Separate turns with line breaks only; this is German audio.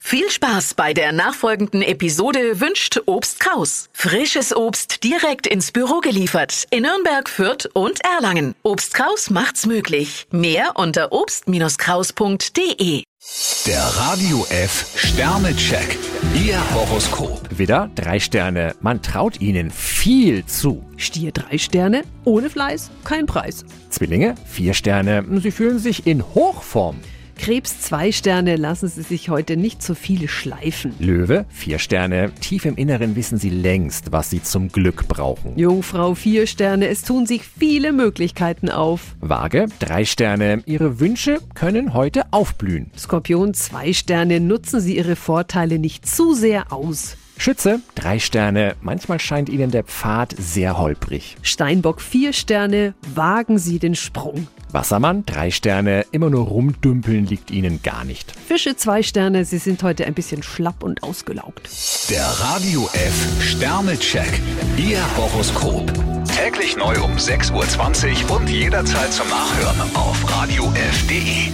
Viel Spaß bei der nachfolgenden Episode wünscht Obst Kraus. Frisches Obst direkt ins Büro geliefert in Nürnberg, Fürth und Erlangen. Obst Kraus macht's möglich. Mehr unter obst-kraus.de.
Der Radio F Sternecheck. Ihr Horoskop.
Widder, drei Sterne. Man traut ihnen viel zu.
Stier drei Sterne, ohne Fleiß kein Preis.
Zwillinge, vier Sterne. Sie fühlen sich in Hochform.
Krebs zwei Sterne, lassen Sie sich heute nicht so viele schleifen.
Löwe, vier Sterne. Tief im Inneren wissen sie längst, was sie zum Glück brauchen.
Jungfrau vier Sterne, es tun sich viele Möglichkeiten auf.
Waage, drei Sterne. Ihre Wünsche können heute aufblühen.
Skorpion zwei Sterne, nutzen Sie Ihre Vorteile nicht zu sehr aus.
Schütze, drei Sterne. Manchmal scheint ihnen der Pfad sehr holprig.
Steinbock vier Sterne, wagen Sie den Sprung.
Wassermann, drei Sterne. Immer nur rumdümpeln liegt ihnen gar nicht.
Fische zwei Sterne, Sie sind heute ein bisschen schlapp und ausgelaugt.
Der Radio F Sternecheck. Ihr Horoskop. Täglich neu um 6.20 Uhr und jederzeit zum Nachhören auf Radio radiof.de.